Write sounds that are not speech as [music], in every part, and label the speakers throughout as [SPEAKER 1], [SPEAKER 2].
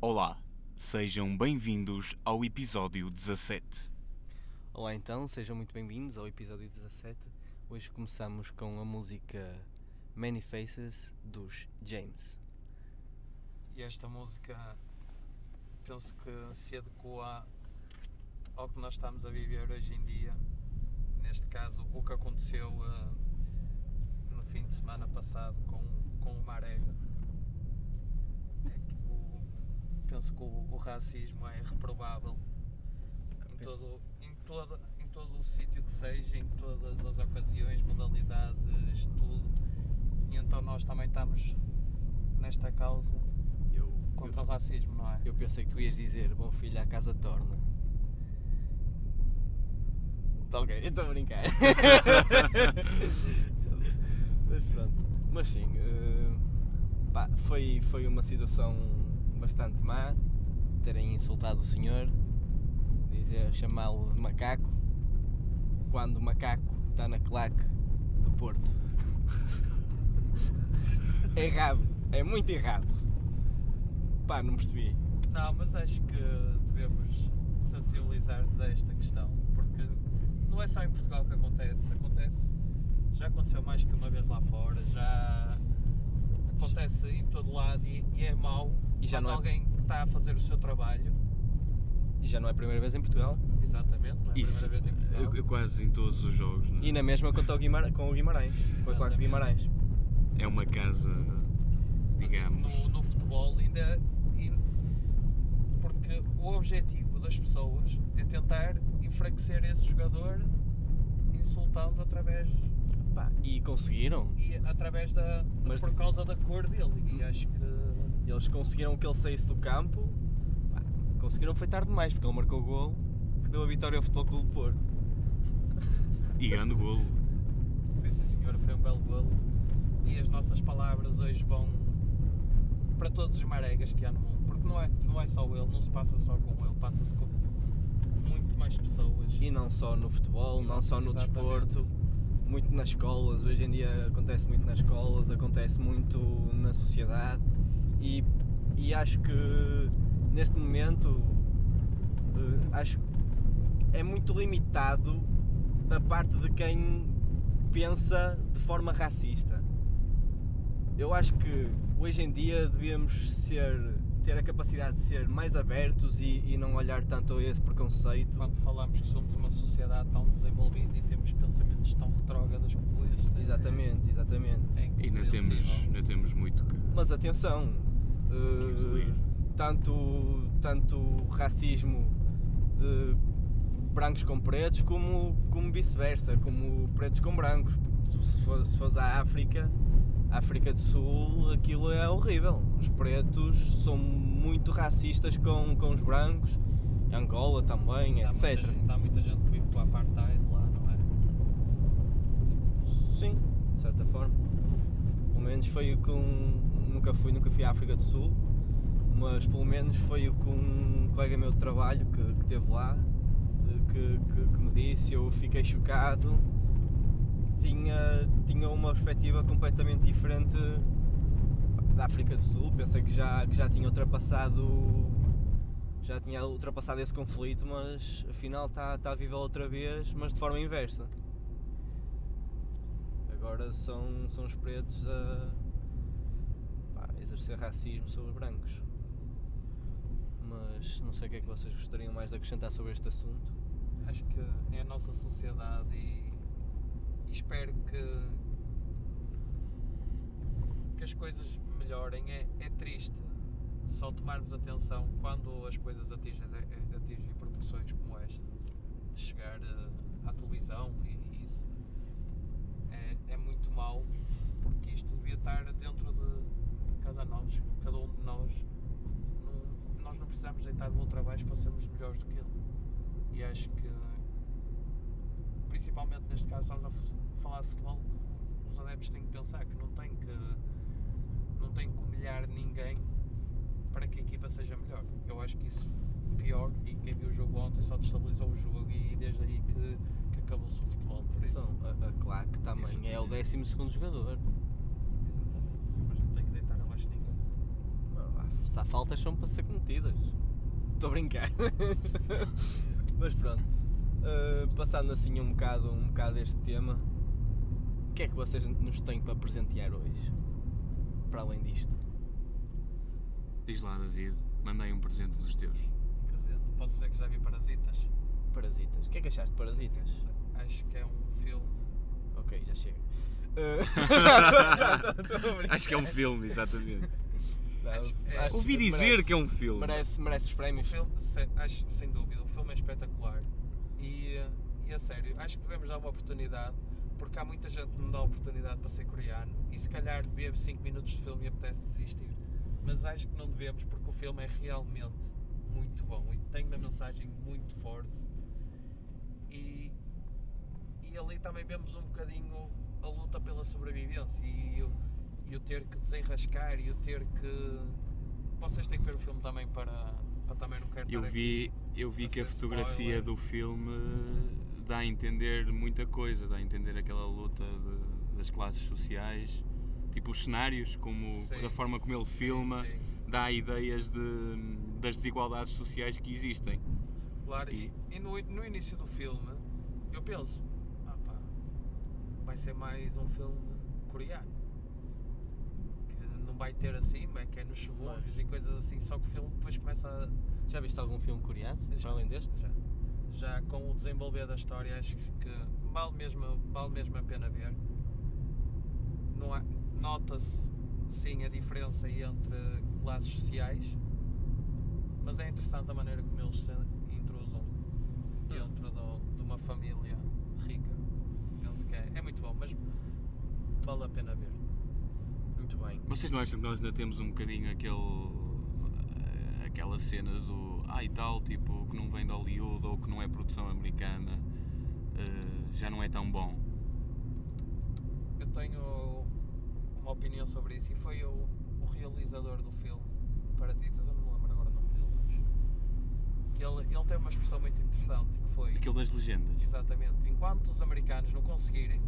[SPEAKER 1] Olá, sejam bem-vindos ao episódio 17.
[SPEAKER 2] Olá então, sejam muito bem-vindos ao episódio 17. Hoje começamos com a música Many Faces dos James.
[SPEAKER 3] E esta música penso que se adequa ao que nós estamos a viver hoje em dia. Neste caso, o que aconteceu eh, no fim de semana passado com, com o Marega. É que o- penso que o, o racismo é reprovável em todo, em todo, em todo o sítio que seja, em todas as ocasiões, modalidades, tudo. E então nós também estamos nesta causa
[SPEAKER 2] Eu,
[SPEAKER 3] contra o racismo, não é?
[SPEAKER 2] eu pensei que tu ias dizer Bom filho, a casa torna. Tá ok, eu estou a brincar. [laughs] Mas pronto. Mas sim, eh, pá, foi, foi uma situação bastante má. Terem insultado o senhor, dizer- chamá-lo de macaco, quando o macaco está na claque do Porto. errado, é muito errado. Pá, não percebi.
[SPEAKER 3] Não, mas acho que devemos sensibilizar-nos a esta questão, porque não é só em Portugal que acontece, acontece, já aconteceu mais que uma vez lá fora, já acontece em todo lado e, e é mau
[SPEAKER 2] E já
[SPEAKER 3] quando
[SPEAKER 2] não é-
[SPEAKER 3] alguém que está a fazer o seu trabalho,
[SPEAKER 2] E já não é a primeira vez em Portugal.
[SPEAKER 3] exatamente, não é a primeira vez em Portugal.
[SPEAKER 1] eu- eu quase em todos os jogos. não é?
[SPEAKER 2] E na mesma contra o Guimara- com o Guimarães. Com a Claque de Guimarães.
[SPEAKER 1] É uma casa,
[SPEAKER 3] Mas isso
[SPEAKER 1] digamos.
[SPEAKER 3] no, no futebol ainda, ainda- Porque o objetivo das pessoas é tentar enfraquecer esse jogador insultando através
[SPEAKER 2] Pá, e conseguiram.
[SPEAKER 3] e através da
[SPEAKER 2] Mas-
[SPEAKER 3] por causa da cor dele e acho que
[SPEAKER 2] Eles conseguiram que ele saísse do campo. Pá, conseguiram foi tarde demais, porque ele marcou o gol que deu a vitória ao Futebol Clube do Porto.
[SPEAKER 1] E grande golo.
[SPEAKER 3] foi sim senhora foi um belo golo e as nossas palavras hoje vão para todos os maregas que há no mundo porque não é não é só ele não se passa só com ele passa-se com muito mais pessoas
[SPEAKER 2] E não só no futebol, não só no
[SPEAKER 3] Exatamente.
[SPEAKER 2] desporto. Muito nas escolas. Hoje em dia acontece muito nas escolas, acontece muito na sociedade. E, e acho que neste momento eh, acho que é muito limitado a parte de quem pensa de forma racista. Eu acho que hoje em dia devíamos ser ter a capacidade de ser mais abertos e, e não olhar tanto a esse preconceito.
[SPEAKER 3] quando falamos que somos uma sociedade tão desenvolvida e temos pensamentos tão retrógradas como este
[SPEAKER 2] Exatamente, exatamente.
[SPEAKER 3] é
[SPEAKER 1] E ainda temos,
[SPEAKER 3] incompreensível.
[SPEAKER 1] ainda temos muito que.
[SPEAKER 2] Mas atenção, eh,
[SPEAKER 1] evoluir.
[SPEAKER 2] tanto, tanto racismo de brancos com pretos como, como vice-versa, como pretos com brancos. Porque tu, Se fores, se fores à África, África do Sul, aquilo é horrível. Os pretos são muito racistas com, com os brancos, Angola também,
[SPEAKER 3] Ainda há muita
[SPEAKER 2] etc.
[SPEAKER 3] gente- ainda há muita gente que vive com a apartheid lá não é
[SPEAKER 2] Sim, de certa forma. Pelo menos foi o que um. Nunca fui, nunca fui à África do Sul, mas pelo menos foi o que um colega meu de trabalho que, que esteve lá eh, que, que, que me disse, eu fiquei chocado. Tinha, tinha uma perspectiva completamente diferente da África do Sul, pensei que já, que já tinha ultrapassado já tinha ultrapassado esse conflito, mas afinal está está a vivê-lo outra vez, mas de forma inversa. Agora são, são os pretos a pá, a exercer racismo sobre brancos. Mas não sei o que é que vocês gostariam mais de acrescentar sobre este assunto.
[SPEAKER 3] acho que é a nossa sociedade e, e espero que que as coisas melhorem é, é triste só tomarmos atenção quando as coisas atingem, eh, atingem proporções como esta de chegar eh, à televisão e isso é, é muito mau porque isto devia estar dentro de, de cada nós cada um de nós Não- nós não precisamos deitar o outro abaixo para sermos melhores do que ele e acho que, principalmente neste caso, estamos a f- falar de futebol, que os adeptos têm que pensar que não têm que, não têm que humilhar ninguém para que a equipa seja melhor. Eu acho que isso pior e quem viu o jogo ontem só destabilizou o jogo e desde aí que, que acabou-se o futebol. Por isso.
[SPEAKER 2] São, a, a Claque também é o 12 jogador.
[SPEAKER 3] Exatamente. Mas não tem que deitar abaixo ninguém.
[SPEAKER 2] Há se há faltas são para ser cometidas. Estou a
[SPEAKER 3] [laughs]
[SPEAKER 2] brincar. Mas pronto. Uh, passando assim um bocado, um bocado este tema, o que é que vocês nos têm para presentear hoje? Para além disto.
[SPEAKER 1] Diz lá, David, mandei um presente dos teus.
[SPEAKER 3] Presente. Posso dizer que já vi Parasitas?
[SPEAKER 2] Parasitas. O que é que achaste de Parasitas?
[SPEAKER 3] Acho que é um filme.
[SPEAKER 2] Ok, já
[SPEAKER 1] [laughs]
[SPEAKER 2] chega.
[SPEAKER 1] Acho que é um filme, exatamente.
[SPEAKER 3] Acho-
[SPEAKER 1] Ouvi dizer que é um filme.
[SPEAKER 2] Merece, merece os
[SPEAKER 3] O
[SPEAKER 2] prémios.
[SPEAKER 3] Um filme, se- acho, sem dúvida, o filme é espetacular. E, eh, e a sério, acho que devemos dar uma oportunidade, porque há muita gente que não dá oportunidade para ser coreano e se calhar vê 5 minutos de filme e apetece desistir. Mas acho que não devemos, porque o filme é realmente muito bom e tem uma mensagem muito forte. E, e ali também vemos um bocadinho a luta pela sobrevivência e o, e o ter que desenrascar e o ter que. Vocês têm que ver o filme também para, para também não quero
[SPEAKER 1] Eu
[SPEAKER 3] estar
[SPEAKER 1] vi, eu vi
[SPEAKER 3] Não
[SPEAKER 1] que a
[SPEAKER 3] sei,
[SPEAKER 1] fotografia
[SPEAKER 3] spoiler.
[SPEAKER 1] do filme dá a entender muita coisa, dá a entender aquela luta de- das classes sociais, tipo os cenários, como
[SPEAKER 3] Sim,
[SPEAKER 1] da forma como ele
[SPEAKER 3] sim,
[SPEAKER 1] filma,
[SPEAKER 3] sim.
[SPEAKER 1] dá ideias de, das desigualdades sociais que existem.
[SPEAKER 3] Claro, e,
[SPEAKER 1] E-
[SPEAKER 3] e no, no início do filme eu penso, ah pá, vai ser mais um filme coreano. Que não vai ter assim, vai que é nos subúrbios e coisas assim, só que o filme depois começa a.
[SPEAKER 2] Já viste algum filme coreano?
[SPEAKER 3] Já.
[SPEAKER 2] Para além deste?
[SPEAKER 3] Já, já com o desenvolver da história acho que vale mesmo, vale mesmo a pena ver. Não há- Nota-se sim a diferença entre classes sociais, mas é interessante a maneira como eles se intrusam dentro do- de uma família rica. Penso que é, é muito bom, mas vale a pena ver.
[SPEAKER 2] Muito bem.
[SPEAKER 1] Vocês não acham que nós ainda temos um bocadinho aquele, aquela cena do ah e tal, tipo, que não vem de Hollywood ou que não é produção americana, eh, já não é tão bom?
[SPEAKER 3] Eu tenho uma opinião sobre isso e foi o, o realizador do filme Parasitas, eu não me lembro agora o nome dele, mas que ele, ele teve uma expressão muito interessante que foi
[SPEAKER 1] Aquilo das legendas.
[SPEAKER 3] exatamente enquanto os americanos não conseguirem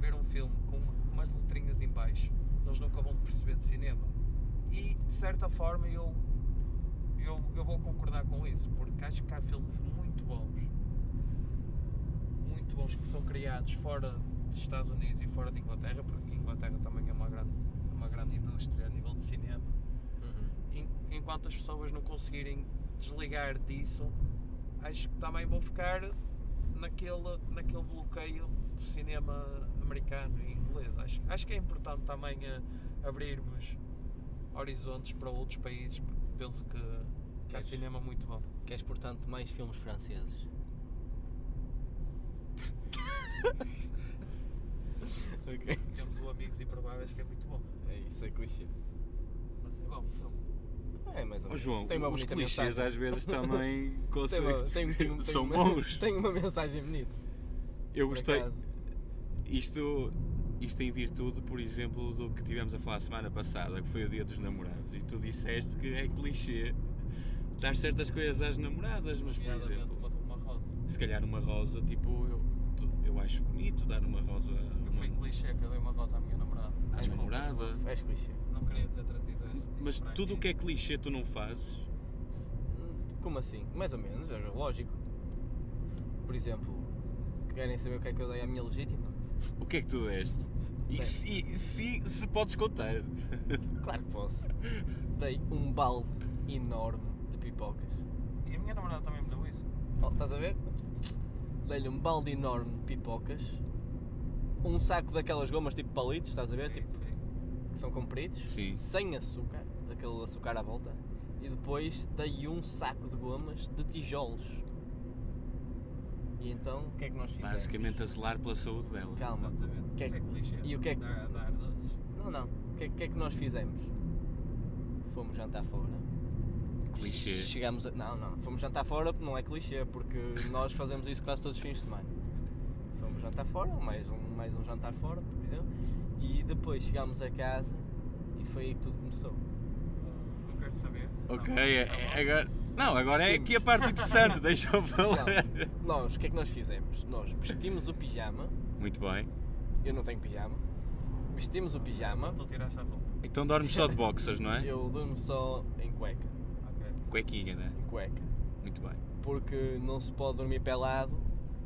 [SPEAKER 3] ver um filme com umas letrinhas em baixo, eles nunca vão perceber de cinema. E de certa forma eu, eu, eu vou concordar com isso, porque acho que há filmes muito bons, muito bons que são criados fora dos Estados Unidos e fora de Inglaterra, porque Inglaterra também é uma grande, uma grande indústria a nível de cinema.
[SPEAKER 2] Uhum.
[SPEAKER 3] En- enquanto as pessoas não conseguirem desligar disso, acho que também vão ficar naquele, naquele bloqueio do cinema americano e inglês. Acho, acho que é importante também eh, abrirmos horizontes para outros países, porque penso que, que há
[SPEAKER 2] Pois.
[SPEAKER 3] cinema muito bom.
[SPEAKER 2] Queres, portanto, mais filmes
[SPEAKER 3] [laughs]
[SPEAKER 2] franceses? ok.
[SPEAKER 3] Temos o Amigos Improváveis, que é muito bom.
[SPEAKER 2] É isso, é clichê.
[SPEAKER 3] Mas é bom o filme.
[SPEAKER 2] É mais ou
[SPEAKER 1] Ó
[SPEAKER 2] menos.
[SPEAKER 1] João,
[SPEAKER 2] tem uma
[SPEAKER 1] os
[SPEAKER 2] bonita
[SPEAKER 1] clichês
[SPEAKER 2] mensagem.
[SPEAKER 1] às vezes também
[SPEAKER 2] [laughs] Tem uma-
[SPEAKER 1] conseguem.
[SPEAKER 2] tem- tem-
[SPEAKER 1] [laughs]
[SPEAKER 2] tem
[SPEAKER 1] são
[SPEAKER 2] uma-
[SPEAKER 1] bons.
[SPEAKER 2] [laughs] Tem uma mensagem bonita.
[SPEAKER 1] Eu
[SPEAKER 2] por
[SPEAKER 1] gostei.
[SPEAKER 2] acaso.
[SPEAKER 1] Isto, isto em virtude, por exemplo, do que tivemos a falar a semana passada, que foi o dia dos namorados, e tu disseste que é clichê dar certas coisas às namoradas, mas por
[SPEAKER 3] Nomeadamente
[SPEAKER 1] exemplo,
[SPEAKER 3] uma, uma rosa.
[SPEAKER 1] se calhar uma rosa, tipo, eu, tu- eu acho bonito dar uma rosa a
[SPEAKER 3] Eu
[SPEAKER 2] Hum.
[SPEAKER 3] fui
[SPEAKER 1] uma-
[SPEAKER 3] clichê que eu dei uma rosa à minha namorada.
[SPEAKER 1] à
[SPEAKER 3] Desculpa,
[SPEAKER 1] namorada.
[SPEAKER 2] É, És clichê.
[SPEAKER 3] Não queria ter trazido isso.
[SPEAKER 1] Mas
[SPEAKER 3] para
[SPEAKER 1] tudo o
[SPEAKER 3] aqui.
[SPEAKER 1] que é clichê tu não fazes.
[SPEAKER 2] Hum, Como assim? Mais ou menos, é lógico. Por exemplo, querem saber o que é que eu dei à minha legítima?
[SPEAKER 1] O que é que tu deste? E
[SPEAKER 2] Bem.
[SPEAKER 1] se, e se, se podes
[SPEAKER 3] [laughs]
[SPEAKER 1] contar?
[SPEAKER 2] Claro que posso. Dei um balde enorme de pipocas.
[SPEAKER 3] E a minha namorada também me deu isso.
[SPEAKER 2] Ó, Estás a ver? Dei-lhe um balde enorme de pipocas, um saco daquelas gomas tipo palitos, estás a ver?
[SPEAKER 3] Sim,
[SPEAKER 2] tipo,
[SPEAKER 3] sim.
[SPEAKER 2] que são compridos,
[SPEAKER 1] Sim.
[SPEAKER 2] sem açúcar, aquele açúcar à volta, e depois dei um saco de gomas de tijolos. E então, o que é que nós fizemos?
[SPEAKER 1] Basicamente a zelar pela saúde dela.
[SPEAKER 2] Calma.
[SPEAKER 3] Exatamente.
[SPEAKER 2] Que é-
[SPEAKER 3] Isso é clichê.
[SPEAKER 2] e o que é que-
[SPEAKER 3] Dar, dar doces.
[SPEAKER 2] Não, não. O que, é- o que é que nós fizemos? Fomos jantar fora.
[SPEAKER 1] Clichê.
[SPEAKER 2] Chegámos a... Não, não. Fomos jantar fora não é clichê, porque nós fazemos isso quase todos os fins de semana. Fomos jantar fora, mais um, mais um jantar fora, por exemplo. E depois chegámos a casa e foi aí que tudo começou.
[SPEAKER 3] Não quero saber.
[SPEAKER 1] Ok,
[SPEAKER 3] Tá
[SPEAKER 1] é-
[SPEAKER 3] bom, tá bom.
[SPEAKER 1] agora. Não, agora é aqui a parte
[SPEAKER 3] [laughs]
[SPEAKER 1] interessante, deixa eu falar.
[SPEAKER 2] Então, nós, o que é que nós fizemos? Nós vestimos o pijama.
[SPEAKER 1] Muito bem.
[SPEAKER 2] Eu não tenho pijama. Vestimos o pijama.
[SPEAKER 3] Tu tiraste a roupa.
[SPEAKER 1] Então dormes só de boxers, não é?
[SPEAKER 2] Eu durmo só em cueca.
[SPEAKER 3] Ok.
[SPEAKER 1] Cuequinha, né?
[SPEAKER 2] Em cueca.
[SPEAKER 1] Muito bem.
[SPEAKER 2] Porque não se pode dormir pelado.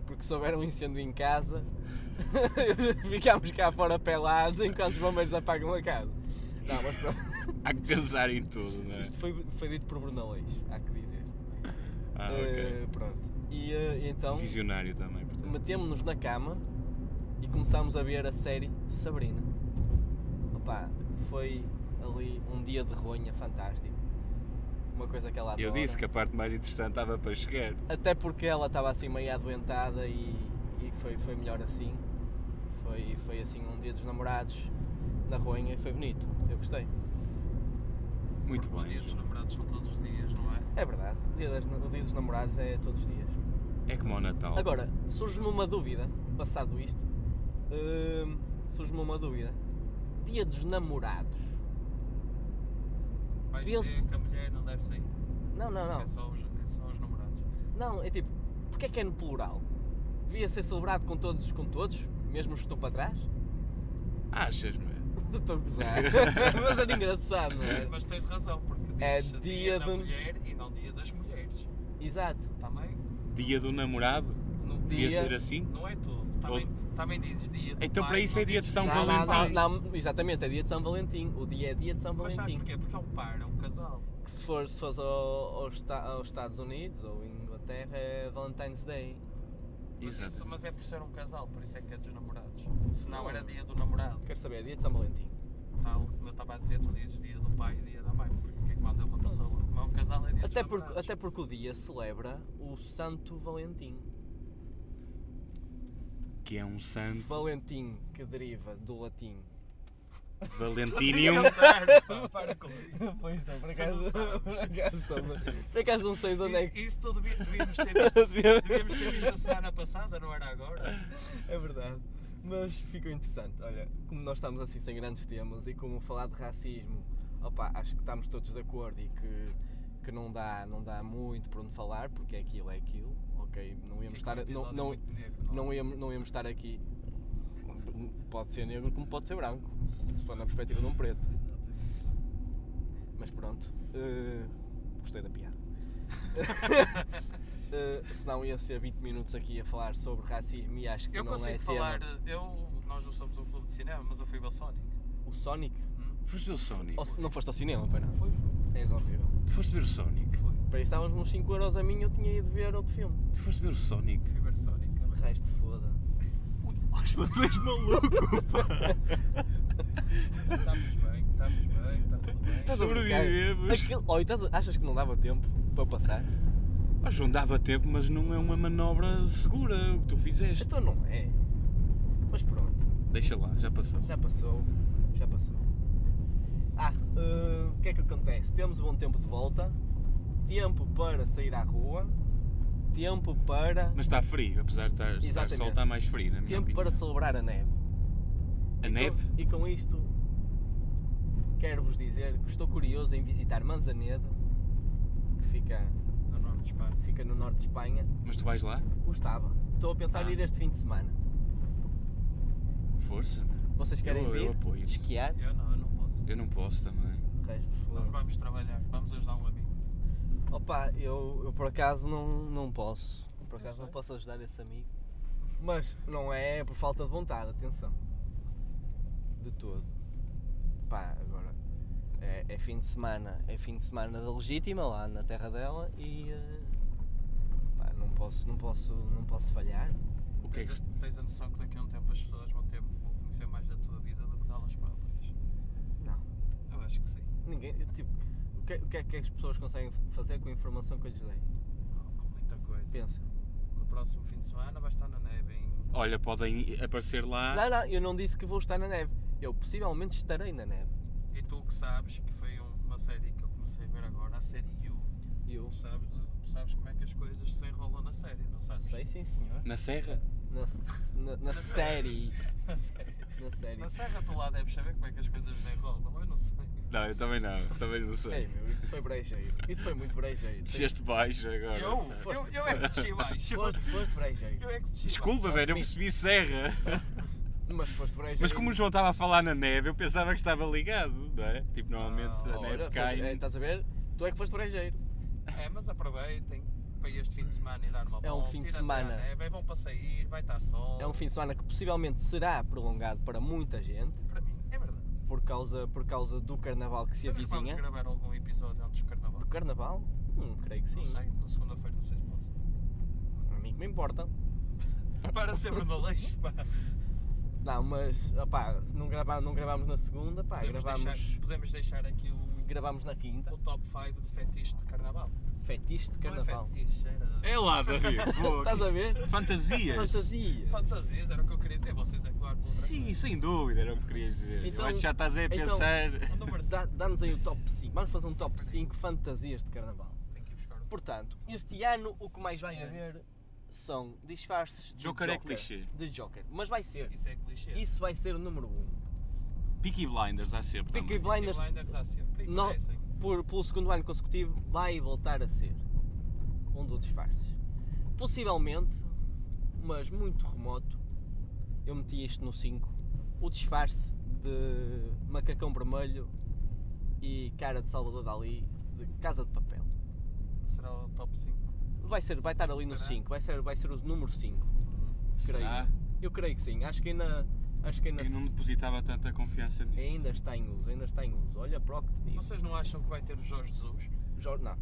[SPEAKER 2] Porque se houver um incêndio em casa, [laughs] ficamos cá fora pelados enquanto os bombeiros apagam a casa. Não, mas pronto.
[SPEAKER 1] Há que pensar em tudo, não é?
[SPEAKER 2] Isto foi, foi dito por Bruno Leix, há que dizer.
[SPEAKER 1] Ah, ok.
[SPEAKER 2] Eh, pronto. E, eh, e então
[SPEAKER 1] Visionário também, portanto.
[SPEAKER 2] metemos-nos na cama e começámos a ver a série Sabrina. Opa, foi ali um dia de ronha fantástico. Uma coisa que ela adora.
[SPEAKER 1] Eu disse que a parte mais interessante estava para chegar.
[SPEAKER 2] Até porque ela estava assim meio adoentada e, e foi, foi melhor assim. Foi, foi assim um dia dos namorados na ronha e foi bonito. Eu gostei.
[SPEAKER 1] Muito
[SPEAKER 3] Porque O dia
[SPEAKER 1] bem.
[SPEAKER 3] dos namorados são todos os dias, não é?
[SPEAKER 2] É verdade. O dia, das- o dia dos namorados é todos os dias.
[SPEAKER 1] É como ao Natal.
[SPEAKER 2] Agora, surge-me uma dúvida, passado isto, hum, surge-me uma dúvida. Dia dos namorados.
[SPEAKER 3] Vais
[SPEAKER 2] Penso-
[SPEAKER 3] dizer que a mulher não deve sair.
[SPEAKER 2] Não, não, não.
[SPEAKER 3] É só os, é só os namorados.
[SPEAKER 2] Não, é tipo, porque é que é no plural? Devia ser celebrado com todos, com todos, mesmo os que estão para trás? [laughs]
[SPEAKER 1] Achas-me?
[SPEAKER 2] Estou a gozar.
[SPEAKER 3] [laughs]
[SPEAKER 2] Mas era engraçado, não é?
[SPEAKER 3] Mas tens razão, porque diz
[SPEAKER 2] É
[SPEAKER 3] dia,
[SPEAKER 2] dia
[SPEAKER 3] da
[SPEAKER 2] do-
[SPEAKER 3] mulher e não dia das mulheres. Tá
[SPEAKER 2] Exato.
[SPEAKER 3] Também
[SPEAKER 1] Dia do namorado?
[SPEAKER 3] não,
[SPEAKER 1] Devia
[SPEAKER 2] Dia-
[SPEAKER 1] ser assim?
[SPEAKER 3] não é tudo. Também, também dizes dia do
[SPEAKER 1] Então,
[SPEAKER 3] pai,
[SPEAKER 1] para isso é
[SPEAKER 3] não
[SPEAKER 1] dia
[SPEAKER 3] dizes
[SPEAKER 1] de São
[SPEAKER 3] dia
[SPEAKER 2] Não,
[SPEAKER 3] dos
[SPEAKER 2] não, não,
[SPEAKER 1] Valentim.
[SPEAKER 3] pais.
[SPEAKER 2] não, exatamente, é dia de São Valentim. O dia é dia de São
[SPEAKER 3] Mas sabes
[SPEAKER 2] Valentim.
[SPEAKER 3] porquê? Porque é um par, é um casal.
[SPEAKER 2] Que se for, se fores ao- aos, Esta- aos Estados Unidos ou Inglaterra é Valentine's Day.
[SPEAKER 3] Mas, isso,
[SPEAKER 1] Exato.
[SPEAKER 3] mas é por ser um casal, por isso é que é dos namorados. Se não
[SPEAKER 2] Não.
[SPEAKER 3] era dia do namorado,
[SPEAKER 2] Quero saber, é dia de São Valentim.
[SPEAKER 3] tal como eu estava a dizer, tu dizes dia do pai e dia da mãe, porque é quando é uma pessoa. Mas um casal é dia
[SPEAKER 2] Até
[SPEAKER 3] dos
[SPEAKER 2] porque,
[SPEAKER 3] namorados.
[SPEAKER 2] até porque o dia celebra o Santo Valentim.
[SPEAKER 1] Que é um santo.
[SPEAKER 2] Valentim que deriva do latim.
[SPEAKER 1] Valentinium.
[SPEAKER 3] Para, pá, para com
[SPEAKER 2] [laughs]
[SPEAKER 3] isso.
[SPEAKER 2] Pois não, [laughs] por
[SPEAKER 3] acaso- por
[SPEAKER 2] acaso Por acaso não sei de onde é
[SPEAKER 3] Isso,
[SPEAKER 2] que.
[SPEAKER 3] isso tudo devia- devíamos
[SPEAKER 2] [laughs]
[SPEAKER 3] ter visto. Devíamos ter visto a semana passada, não era agora?
[SPEAKER 2] É verdade. Mas ficou interessante. Olha, como nós estamos assim sem grandes temas e como falar de racismo, opa, acho que estamos todos de acordo e que, que não, dá, não dá muito por onde falar, porque aquilo é aquilo, ok? Não íamos estar. a- Não,
[SPEAKER 3] um
[SPEAKER 2] não, não,
[SPEAKER 3] é?
[SPEAKER 2] íamos, não íamos estar aqui. Pode ser negro como pode ser branco, se se for na perspectiva de um preto. Mas pronto, eh, gostei da piada.
[SPEAKER 3] [laughs]
[SPEAKER 2] [laughs] Eh, senão ia ser 20 minutos aqui a falar sobre racismo e acho que
[SPEAKER 3] Eu
[SPEAKER 2] não
[SPEAKER 3] consigo
[SPEAKER 2] é
[SPEAKER 3] falar.
[SPEAKER 2] tema.
[SPEAKER 3] Eu, nós não somos um clube de cinema, mas eu fui ao Sonic.
[SPEAKER 2] O Sonic?
[SPEAKER 1] Foste ver o Sonic?
[SPEAKER 2] Ou se- não foste ao cinema, pois não?
[SPEAKER 3] Hum? Foi, foi.
[SPEAKER 2] És É horrível.
[SPEAKER 1] Tu foste ver o Sonic?
[SPEAKER 3] Foi.
[SPEAKER 2] Para isso estávamos uns 5 euros a mim eu tinha ido ver outro filme.
[SPEAKER 1] Tu foste ver o Sonic?
[SPEAKER 3] Fui ver Sonic.
[SPEAKER 2] O resto foda.
[SPEAKER 1] tu és maluco, [laughs]
[SPEAKER 3] Estamos tá, bem, estamos bem, está tudo
[SPEAKER 2] [laughs]
[SPEAKER 3] bem.
[SPEAKER 2] Estás a brincar?
[SPEAKER 1] Sobrevivemos.
[SPEAKER 2] Aquilo, oh, e estás a- achas que não dava tempo para passar?
[SPEAKER 1] Mas não Ah, dava tempo, mas não é uma manobra segura o que tu fizeste.
[SPEAKER 2] Então não é. Mas pronto.
[SPEAKER 1] Deixa lá, já passou.
[SPEAKER 2] Já passou, já passou. Ah, eh, o que é que acontece? Temos um bom tempo de volta, tempo para sair à rua, tempo para.
[SPEAKER 1] Mas está frio, apesar de estar, estar
[SPEAKER 2] Exatamente.
[SPEAKER 1] sol, está mais frio, na minha
[SPEAKER 2] tempo para
[SPEAKER 1] opinião.
[SPEAKER 2] celebrar a neve.
[SPEAKER 1] A
[SPEAKER 2] E com-
[SPEAKER 1] neve?
[SPEAKER 2] e com isto, quero-vos dizer que estou curioso em visitar Manzaneda, que fica,
[SPEAKER 3] No norte de Espanha.
[SPEAKER 2] fica no norte de Espanha.
[SPEAKER 1] Mas tu vais lá?
[SPEAKER 2] Gostava. Estou a pensar
[SPEAKER 1] Ah.
[SPEAKER 2] em ir este fim de semana.
[SPEAKER 1] Força, mano.
[SPEAKER 2] Vocês querem
[SPEAKER 1] eu,
[SPEAKER 2] vir?
[SPEAKER 1] eu apoio
[SPEAKER 2] Esquiar?
[SPEAKER 3] Eu não, eu não posso.
[SPEAKER 1] Eu não posso também.
[SPEAKER 2] Reis,
[SPEAKER 3] Nós vamos trabalhar, vamos ajudar um amigo.
[SPEAKER 2] Opa, eu, eu por acaso não, não posso. Por
[SPEAKER 3] Eu
[SPEAKER 2] acaso não
[SPEAKER 3] sei.
[SPEAKER 2] posso ajudar esse amigo. Mas não é por falta de vontade, atenção. De todo. Pá, agora. É, é fim de semana. É fim de semana da legítima lá na terra dela e. eh, pá, não posso, não posso, não posso falhar.
[SPEAKER 1] O que é que
[SPEAKER 3] tens,
[SPEAKER 1] se...
[SPEAKER 3] a, tens a noção que daqui a um tempo as pessoas vão, ter, vão conhecer mais da tua vida do que delas próprias?
[SPEAKER 2] Não.
[SPEAKER 3] Eu acho que sim.
[SPEAKER 2] Ninguém. eu, Tipo, o que, é- o que é que as pessoas conseguem fazer com a informação que eu lhes dei?
[SPEAKER 3] Há Muita coisa.
[SPEAKER 2] Pensa.
[SPEAKER 3] No próximo fim de semana vai estar na neve em.
[SPEAKER 1] Olha, podem aparecer lá.
[SPEAKER 2] Não, não, eu não disse que vou estar na neve. Eu possivelmente estarei na neve.
[SPEAKER 3] E tu que sabes, que foi um- uma série que eu comecei a ver agora, a série You.
[SPEAKER 2] E eu.
[SPEAKER 3] Tu sabes, tu sabes como é que as coisas se enrolam na série, não sabes?
[SPEAKER 2] Sei sim, senhor.
[SPEAKER 1] Na serra?
[SPEAKER 2] Na, s- na, na série.
[SPEAKER 3] Na série. [laughs]
[SPEAKER 2] Na série.
[SPEAKER 3] Na Serra tu lá deves saber como é que as coisas se enrolam, eu não sei.
[SPEAKER 1] Não, eu também não. Também não
[SPEAKER 2] Ei,
[SPEAKER 1] sei.
[SPEAKER 2] meu, isso foi brejeiro. Isso foi muito brejeiro.
[SPEAKER 1] Desceste baixo agora.
[SPEAKER 3] Eu? Eu,
[SPEAKER 1] [laughs]
[SPEAKER 2] Foste-
[SPEAKER 3] eu é que desci baixo.
[SPEAKER 2] Foste, foste brejeiro.
[SPEAKER 3] [laughs] Eu é que desci
[SPEAKER 1] Desculpa,
[SPEAKER 2] Não,
[SPEAKER 1] velho, eu
[SPEAKER 2] admito.
[SPEAKER 1] percebi serra.
[SPEAKER 2] Mas foste breja.
[SPEAKER 1] Mas
[SPEAKER 2] e-
[SPEAKER 1] como o João estava a falar na neve, eu pensava que estava ligado, não é? Tipo, normalmente
[SPEAKER 3] Não,
[SPEAKER 1] a neve
[SPEAKER 2] Olha,
[SPEAKER 1] cai.
[SPEAKER 2] foste- é, estás a ver? Tu é que foste brejeiro.
[SPEAKER 3] É, mas aproveitem para este fim de semana e dar uma volta.
[SPEAKER 2] É um fim de
[SPEAKER 3] ir andar,
[SPEAKER 2] semana.
[SPEAKER 3] É bem bom para sair, vai estar sol.
[SPEAKER 2] É um fim de semana que possivelmente será prolongado para muita gente
[SPEAKER 3] Para mim, é verdade.
[SPEAKER 2] por causa, por causa do carnaval que se
[SPEAKER 3] Será é que Vamos
[SPEAKER 2] avizinha.
[SPEAKER 3] gravar algum episódio antes do carnaval?
[SPEAKER 2] Do carnaval? Hum, creio que sim.
[SPEAKER 3] Não sei, na segunda-feira não sei se posso.
[SPEAKER 2] A mim que me importa.
[SPEAKER 3] Para sempre no leixo, pá.
[SPEAKER 2] Não, mas opá, se não, grava, não gravámos na segunda, pá,
[SPEAKER 3] podemos,
[SPEAKER 2] gravámos,
[SPEAKER 3] deixar, podemos deixar aqui o,
[SPEAKER 2] gravámos na quinta.
[SPEAKER 3] o top 5 de fetiche de carnaval.
[SPEAKER 2] Fetiche de carnaval.
[SPEAKER 3] Não é fetiche, era...
[SPEAKER 1] É lá, Davi, pô,
[SPEAKER 2] [laughs] Estás a ver?
[SPEAKER 1] Fantasias?
[SPEAKER 2] Fantasia.
[SPEAKER 3] Fantasias, era o que eu queria dizer, vocês é que claro.
[SPEAKER 1] Sim, sem dúvida, era o que querias dizer.
[SPEAKER 2] Então-
[SPEAKER 1] eu acho que já estás aí a
[SPEAKER 2] então-
[SPEAKER 1] pensar.
[SPEAKER 3] O número
[SPEAKER 2] Dá-
[SPEAKER 3] 5.
[SPEAKER 2] Dá-nos aí o top 5. Vamos fazer um top 5 fantasias de carnaval.
[SPEAKER 3] Tenho que ir buscar o
[SPEAKER 2] Portanto, este ano o que mais
[SPEAKER 3] É.
[SPEAKER 2] vai haver são disfarces de
[SPEAKER 1] Joker
[SPEAKER 2] Joker.
[SPEAKER 1] é clichê.
[SPEAKER 2] De Joker. Mas vai ser.
[SPEAKER 3] Isso é clichê.
[SPEAKER 2] Isso vai ser o número 1. Um.
[SPEAKER 1] Peaky Blinders há sempre.
[SPEAKER 2] Peaky
[SPEAKER 1] também.
[SPEAKER 3] Peaky
[SPEAKER 2] Blinders,
[SPEAKER 3] Blinders há sempre.
[SPEAKER 2] Não.
[SPEAKER 3] Não.
[SPEAKER 2] por, pelo segundo ano consecutivo, vai voltar a ser um dos disfarces. Possivelmente, mas muito remoto, eu meti isto no 5. O disfarce de macacão vermelho e cara de Salvador Dali de Casa de Papel.
[SPEAKER 3] Será o top 5.
[SPEAKER 2] Vai, ser, vai estar ali no
[SPEAKER 3] Será?
[SPEAKER 2] 5, vai ser, vai ser o número 5.
[SPEAKER 1] Será?
[SPEAKER 2] Eu creio que sim, acho que ainda, acho que ainda,
[SPEAKER 1] Eu não depositava tanta confiança nisso.
[SPEAKER 2] ainda está em uso, ainda está em uso. Olha para o que te digo.
[SPEAKER 3] Vocês não acham que vai ter o Jorge Jesus?
[SPEAKER 2] Jorge, não,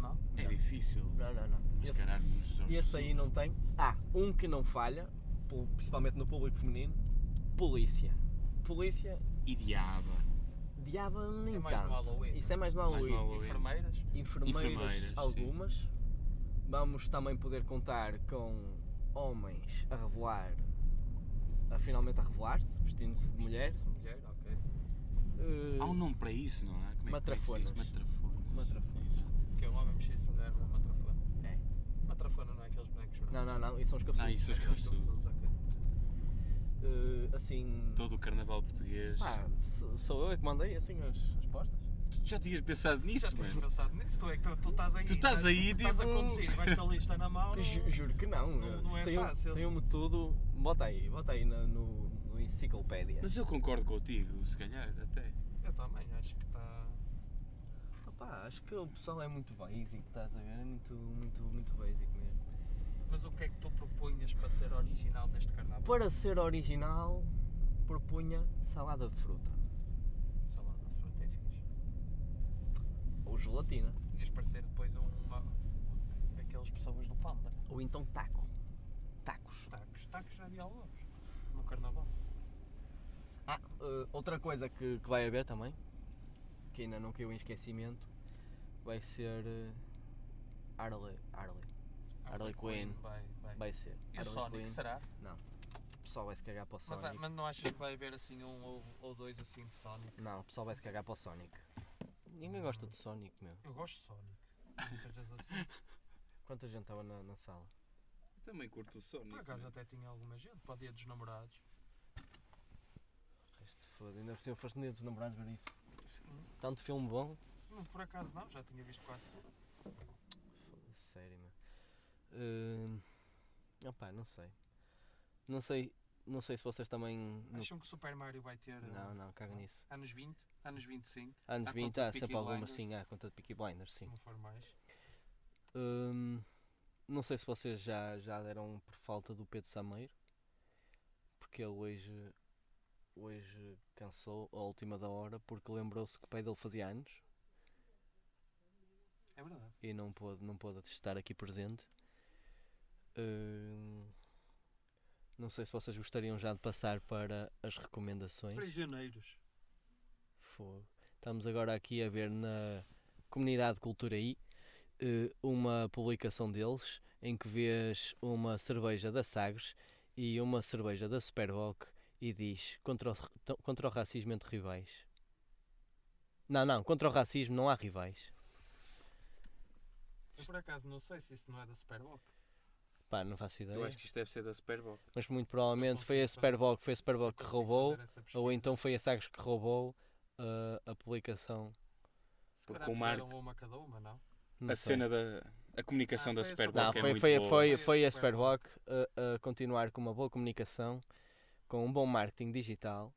[SPEAKER 3] Não?
[SPEAKER 1] É difícil.
[SPEAKER 2] não, não. não. Esse-
[SPEAKER 1] Mascararmos os
[SPEAKER 2] E esse aí não tem. Há um que não falha, pu- principalmente no público feminino: polícia. Polícia,
[SPEAKER 1] E diaba.
[SPEAKER 2] diabo, nem
[SPEAKER 3] É mais no
[SPEAKER 2] tanto.
[SPEAKER 3] Halloween,
[SPEAKER 2] Isso é mais no
[SPEAKER 1] Mais no
[SPEAKER 2] Halloween.
[SPEAKER 1] Halloween. Halloween.
[SPEAKER 3] Enfermeiras?
[SPEAKER 2] Enfermeiras,
[SPEAKER 1] Enfermeiras, sim.
[SPEAKER 2] algumas. Vamos também poder contar com homens a revelar, a finalmente a revelar-se, vestindo-se de mulher.
[SPEAKER 3] Mulher, ok.
[SPEAKER 2] Eh,
[SPEAKER 1] Há um nome para isso, não é? Como é que se diz?
[SPEAKER 2] Matrafonas.
[SPEAKER 1] Matrafonas.
[SPEAKER 2] Matrafonas.
[SPEAKER 1] Exato.
[SPEAKER 3] Que é um homem mexido, mulher, uma matrafona.
[SPEAKER 2] É.
[SPEAKER 3] Matrafona não é aqueles bonecos brancos?
[SPEAKER 2] Não, não, não, isso são os
[SPEAKER 1] Ah,
[SPEAKER 2] cabeçudos.
[SPEAKER 1] isso é os
[SPEAKER 3] Aqueles
[SPEAKER 1] cabeçudos.
[SPEAKER 3] cabeçudos, ok.
[SPEAKER 2] Eh, assim.
[SPEAKER 1] Todo o carnaval português.
[SPEAKER 2] Ah, sou sou eu é que mandei assim as, as postas.
[SPEAKER 1] Tu já tinhas pensado
[SPEAKER 3] Já
[SPEAKER 1] nisso,
[SPEAKER 3] tinhas
[SPEAKER 1] mano?
[SPEAKER 3] pensado nisso? Tu é que tu, tu estás aí.
[SPEAKER 1] Tu estás aí,
[SPEAKER 3] Estás a
[SPEAKER 1] tipo-
[SPEAKER 3] conduzir, vais com a lista na mão. não-
[SPEAKER 2] Ju- juro que não. eh, um-
[SPEAKER 3] Não- não é
[SPEAKER 2] Saiu-
[SPEAKER 3] fácil.
[SPEAKER 2] Saiu-me tudo. Bota aí, bota aí na- no, no enciclopédia.
[SPEAKER 1] Mas eu concordo contigo, se calhar, até.
[SPEAKER 3] Eu também, acho que tá. está.
[SPEAKER 2] Opá, acho que o pessoal é muito basic, estás a ver? É muito, muito, muito basic mesmo.
[SPEAKER 3] Mas o que é que tu propunhas para ser original neste carnaval?
[SPEAKER 2] Para ser original, propunha salada de fruta.
[SPEAKER 3] Salada de fruta é fixe.
[SPEAKER 2] Ou gelatina.
[SPEAKER 3] Ias parecer depois um- uma. aqueles pessoas do Panda.
[SPEAKER 2] Ou então taco. Tacos.
[SPEAKER 3] Tacos, tacos já havia alguns. No carnaval.
[SPEAKER 2] Ah, eh, outra coisa que, que vai haver também, que ainda não caiu em esquecimento, vai ser eh, Harley. Harley. Harley Quinn.
[SPEAKER 3] Vai, vai.
[SPEAKER 2] Vai ser.
[SPEAKER 3] E o
[SPEAKER 2] Harley
[SPEAKER 3] Sonic,
[SPEAKER 2] Quinn.
[SPEAKER 3] será?
[SPEAKER 2] O pessoal vai se cagar para o
[SPEAKER 3] Mas,
[SPEAKER 2] Sonic.
[SPEAKER 3] mas não achas que vai haver assim um ou, ou dois assim de Sonic?
[SPEAKER 2] Não, o pessoal vai se cagar para o Sonic. Ninguém gosta de Sonic, meu.
[SPEAKER 3] Eu gosto de Sonic. Não sejas assim.
[SPEAKER 2] Quanta gente estava na, na sala?
[SPEAKER 1] Eu também curto o Sonic.
[SPEAKER 3] Por acaso até tinha alguma gente para o dia dos namorados.
[SPEAKER 2] Este foda, ainda por cima foste no dia dos namorados ver isso.
[SPEAKER 3] Sim.
[SPEAKER 2] Tanto filme bom.
[SPEAKER 3] Não, por acaso não, já tinha visto quase tudo.
[SPEAKER 2] Foda, sério, meu. Hum, opá, não sei. Não sei. Não sei se vocês também. no-
[SPEAKER 3] Acham que o Super Mario vai ter eh,
[SPEAKER 2] Não, não, caga nisso.
[SPEAKER 3] anos 20, anos 25,
[SPEAKER 2] Anos
[SPEAKER 3] Há
[SPEAKER 2] 20
[SPEAKER 3] conta de
[SPEAKER 2] há tá sempre
[SPEAKER 3] Peaky
[SPEAKER 2] alguma
[SPEAKER 3] Blinders?
[SPEAKER 2] sim, há conta de Peaky Blinders,
[SPEAKER 3] se
[SPEAKER 2] sim.
[SPEAKER 3] não for mais.
[SPEAKER 2] Hum, não sei se vocês já, já deram por falta do Pedro Sameiro, porque ele hoje, hoje cansou a última da hora porque lembrou-se que o pai dele fazia anos
[SPEAKER 3] É verdade.
[SPEAKER 2] e não pôde, não pôde estar aqui presente. Hum, não sei se vocês gostariam já de passar para as recomendações.
[SPEAKER 3] Prisioneiros.
[SPEAKER 2] Fogo. Estamos agora aqui a ver na comunidade Cultura I eh, uma publicação deles em que vês uma cerveja da Sagres e uma cerveja da Superboc e diz contra o, t- contra o racismo entre rivais. Não, não, contra o racismo não há rivais.
[SPEAKER 3] Eu por acaso não sei se isso não é da Superboc.
[SPEAKER 2] Pá, não faço ideia.
[SPEAKER 1] Eu acho que isto deve ser da Superbox.
[SPEAKER 2] Mas muito provavelmente foi a
[SPEAKER 3] consigo fazer-
[SPEAKER 2] Superboc, foi a Superboc que
[SPEAKER 3] Consigo
[SPEAKER 2] roubou,
[SPEAKER 3] fazer essa pesquisa.
[SPEAKER 2] ou então foi a Sagres que roubou eh, a publicação.
[SPEAKER 3] Se
[SPEAKER 1] Porque
[SPEAKER 3] calhar
[SPEAKER 1] o
[SPEAKER 3] puseram
[SPEAKER 1] Marco-
[SPEAKER 3] uma cada uma, não?
[SPEAKER 2] Não
[SPEAKER 1] A
[SPEAKER 2] sei.
[SPEAKER 1] cena da. A comunicação
[SPEAKER 3] Ah,
[SPEAKER 1] da
[SPEAKER 3] foi a
[SPEAKER 1] Superbox.
[SPEAKER 2] Não,
[SPEAKER 1] é
[SPEAKER 2] foi,
[SPEAKER 1] muito
[SPEAKER 2] foi,
[SPEAKER 1] boa.
[SPEAKER 2] foi,
[SPEAKER 3] Foi a
[SPEAKER 2] foi a
[SPEAKER 3] Superboc.
[SPEAKER 2] Superboc a, a continuar com uma boa comunicação, com um bom marketing digital.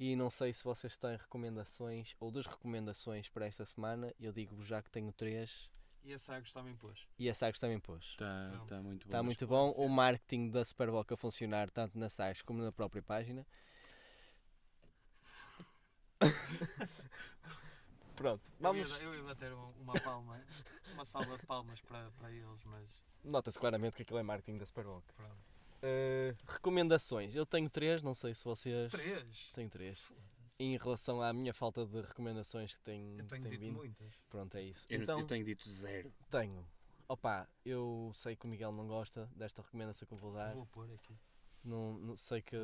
[SPEAKER 2] E não sei se vocês têm recomendações ou duas recomendações para esta semana. Eu digo-vos já que tenho três
[SPEAKER 3] E a Sagos também pôs.
[SPEAKER 2] e a Sagres também pôs.
[SPEAKER 1] Está
[SPEAKER 3] Pronto.
[SPEAKER 1] tá muito bom.
[SPEAKER 2] Está muito bom
[SPEAKER 3] esclarecer.
[SPEAKER 2] o marketing da Superboca a funcionar tanto na Sagres como na própria página. [laughs] Pronto, vamos.
[SPEAKER 3] Eu, ia, eu ia bater um- uma palma, uma salva de palmas para, para eles, mas
[SPEAKER 2] Nota-se claramente que aquilo é marketing da Superboca.
[SPEAKER 3] pronto.
[SPEAKER 2] Eh, recomendações. Eu tenho três, não sei se vocês.
[SPEAKER 3] Três?
[SPEAKER 2] Tenho três. Em relação à minha falta de recomendações que tenho,
[SPEAKER 3] Eu tenho
[SPEAKER 2] tenho
[SPEAKER 3] dito
[SPEAKER 2] vindo.
[SPEAKER 3] muitas.
[SPEAKER 2] Pronto, é isso.
[SPEAKER 1] Eu, não-
[SPEAKER 2] então,
[SPEAKER 1] eu tenho dito zero.
[SPEAKER 2] tenho. Opa, eu sei que o Miguel não gosta desta recomendação que eu vou dar.
[SPEAKER 3] Vou pôr aqui.
[SPEAKER 2] Não, não sei que.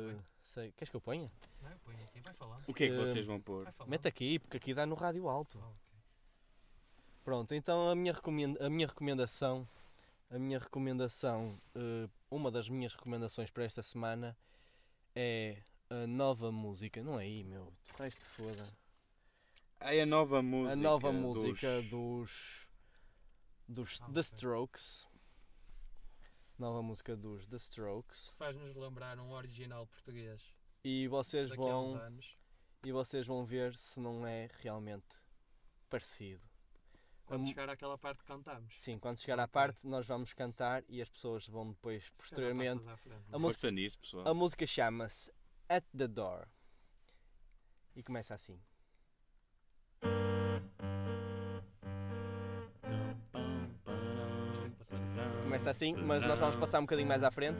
[SPEAKER 2] Sei, queres que eu ponha?
[SPEAKER 3] Não, eu ponho aqui. Vai falar.
[SPEAKER 1] O que é que
[SPEAKER 2] Eh,
[SPEAKER 1] vocês vão pôr?
[SPEAKER 3] Vai falar.
[SPEAKER 2] Mete aqui, porque aqui dá no rádio alto.
[SPEAKER 3] Ah, ok.
[SPEAKER 2] Pronto, então a minha, recomen- a minha recomendação, a minha recomendação, eh, uma das minhas recomendações para esta semana é a nova música. Não é aí, meu, tu estás-te foda.
[SPEAKER 1] É a nova música.
[SPEAKER 2] a nova
[SPEAKER 1] dos-
[SPEAKER 2] música dos, dos
[SPEAKER 3] Ah,
[SPEAKER 2] The
[SPEAKER 3] ok.
[SPEAKER 2] Strokes. Nova música dos The Strokes.
[SPEAKER 3] Faz-nos lembrar um original português
[SPEAKER 2] E vocês
[SPEAKER 3] daqui a uns
[SPEAKER 2] vão
[SPEAKER 3] anos.
[SPEAKER 2] e vocês vão ver se não é realmente parecido.
[SPEAKER 3] Quando
[SPEAKER 2] mu-
[SPEAKER 3] chegar àquela parte que cantamos.
[SPEAKER 2] Sim, quando chegar à parte nós vamos cantar e as pessoas vão depois posteriormente. A
[SPEAKER 3] Amor.
[SPEAKER 2] música, Um
[SPEAKER 1] Força nisso, pessoal.
[SPEAKER 2] a música chama-se At the Door. E começa assim. Começa assim, mas nós
[SPEAKER 1] Ah.
[SPEAKER 2] vamos passar um bocadinho mais à frente.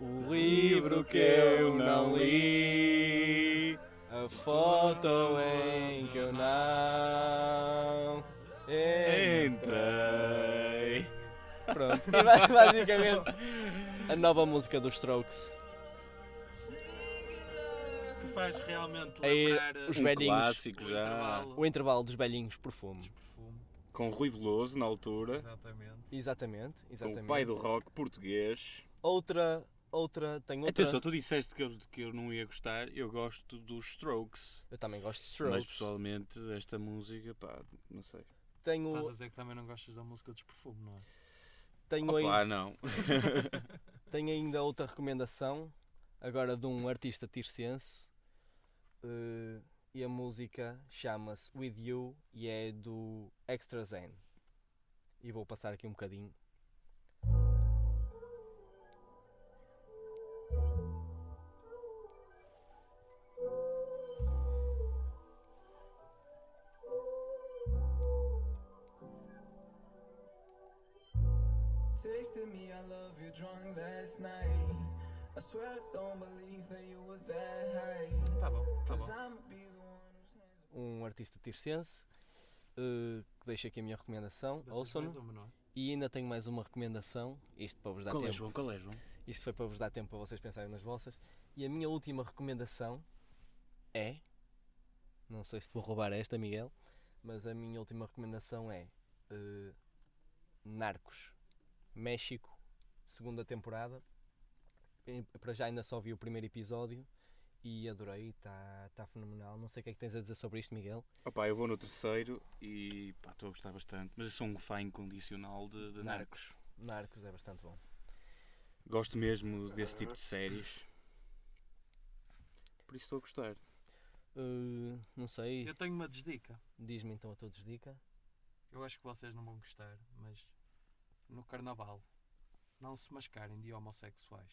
[SPEAKER 2] O livro que eu não li, a foto em que eu não entrei.
[SPEAKER 1] Entrei.
[SPEAKER 2] Pronto, e ba- basicamente a nova música dos Strokes.
[SPEAKER 3] Que faz realmente
[SPEAKER 2] Aí,
[SPEAKER 3] lembrar uh,
[SPEAKER 2] os
[SPEAKER 1] Um
[SPEAKER 2] velhinhos.
[SPEAKER 1] clássico
[SPEAKER 3] o
[SPEAKER 1] já.
[SPEAKER 3] intervalo
[SPEAKER 2] O intervalo dos belhinhos perfume.
[SPEAKER 3] dos perfume.
[SPEAKER 1] Com Rui Veloso na altura.
[SPEAKER 3] Exatamente.
[SPEAKER 2] Exatamente,
[SPEAKER 1] Com
[SPEAKER 2] exatamente.
[SPEAKER 1] o pai do rock português.
[SPEAKER 2] Outra, outra, tem outra.
[SPEAKER 1] Atenção, tu disseste que eu, que eu não ia gostar. Eu gosto dos Strokes.
[SPEAKER 2] Eu também gosto de
[SPEAKER 1] Mas
[SPEAKER 2] Strokes.
[SPEAKER 1] pessoalmente, esta música, pá, não sei.
[SPEAKER 3] Estás a
[SPEAKER 2] Tenho,
[SPEAKER 3] dizer que também não gostas da música dos perfume, não é?
[SPEAKER 2] tenho, aí-
[SPEAKER 1] Opa, não.
[SPEAKER 2] tenho ainda outra recomendação, agora de um artista tircense. eh, e a música chama-se With You e é do Extra Zen. E vou passar aqui um bocadinho.
[SPEAKER 4] Tasted me, I love you drunk last night. I swear I don't believe that you were that high.
[SPEAKER 3] Tá bom, tá
[SPEAKER 4] Cause
[SPEAKER 3] bom.
[SPEAKER 4] I'ma be the one who's hands
[SPEAKER 2] Um artista tircense. eh, que deixo aqui a minha recomendação. Ouçam-no.
[SPEAKER 3] Mais uma, não é?
[SPEAKER 2] E ainda tenho mais uma recomendação, isto para vos dar
[SPEAKER 1] Qual é,
[SPEAKER 2] tempo.
[SPEAKER 1] João? Qual é, João?
[SPEAKER 2] Isto foi para vos dar tempo para vocês pensarem nas vossas. E a minha última recomendação é. Não sei se te vou roubar esta, Miguel, mas a minha última recomendação é eh, Narcos, México, segunda temporada. E, Para já ainda só vi o primeiro episódio e adorei, está tá fenomenal. Não sei o que é que tens a dizer sobre isto, Miguel.
[SPEAKER 1] Opa, eu vou no terceiro e pá, estou a gostar bastante. Mas eu sou um fã incondicional de, de Narcos.
[SPEAKER 2] Narcos é bastante bom.
[SPEAKER 1] Gosto mesmo desse tipo de séries. Por isso estou a gostar.
[SPEAKER 2] Eh, não sei,
[SPEAKER 3] Eu tenho uma desdica.
[SPEAKER 2] diz-me então a todos dica.
[SPEAKER 3] Eu acho que vocês não vão gostar, mas no carnaval não se mascarem de homossexuais.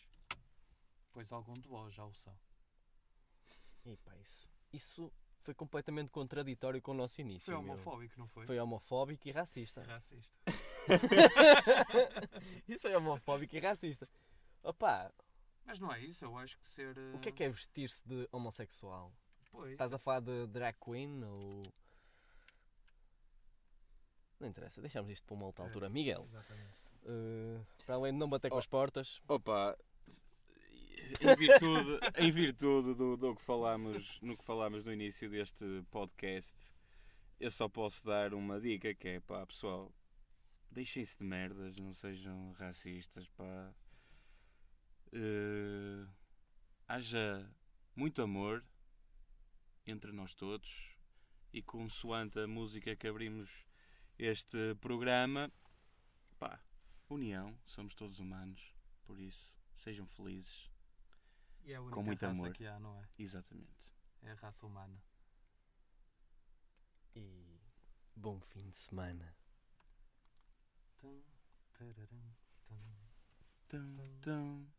[SPEAKER 3] Pois algum de vós já o são.
[SPEAKER 2] Epá, isso, isso foi completamente contraditório com o nosso início.
[SPEAKER 3] Foi
[SPEAKER 2] é meu.
[SPEAKER 3] homofóbico, não foi?
[SPEAKER 2] Foi homofóbico e racista.
[SPEAKER 3] Racista.
[SPEAKER 2] [laughs] isso foi homofóbico e racista. Opa,
[SPEAKER 3] Mas não é isso, eu acho que ser. eh,
[SPEAKER 2] o que é que é vestir-se de homossexual?
[SPEAKER 3] Pois.
[SPEAKER 2] Estás a falar de drag queen ou. Não interessa, deixamos isto para uma outra
[SPEAKER 3] É. Oh.
[SPEAKER 2] altura. Miguel,
[SPEAKER 3] Exatamente.
[SPEAKER 2] eh, para além de não bater com as portas,
[SPEAKER 1] Opa, em virtude, em virtude do, do que falámos, no que falámos no início deste podcast, eu só posso dar uma dica que é, pá, pessoal, deixem-se de merdas, não sejam racistas, pá. Eh, haja muito amor entre nós todos e consoante a música que abrimos este programa. Pá, união, somos todos humanos, por isso, sejam felizes.
[SPEAKER 3] E é a única
[SPEAKER 1] Com muito
[SPEAKER 3] raça
[SPEAKER 1] amor.
[SPEAKER 3] que há, não é?
[SPEAKER 1] Exatamente.
[SPEAKER 3] É a raça humana.
[SPEAKER 2] E bom fim de semana.
[SPEAKER 3] Tum, tararam, tum.
[SPEAKER 1] Tum, tum.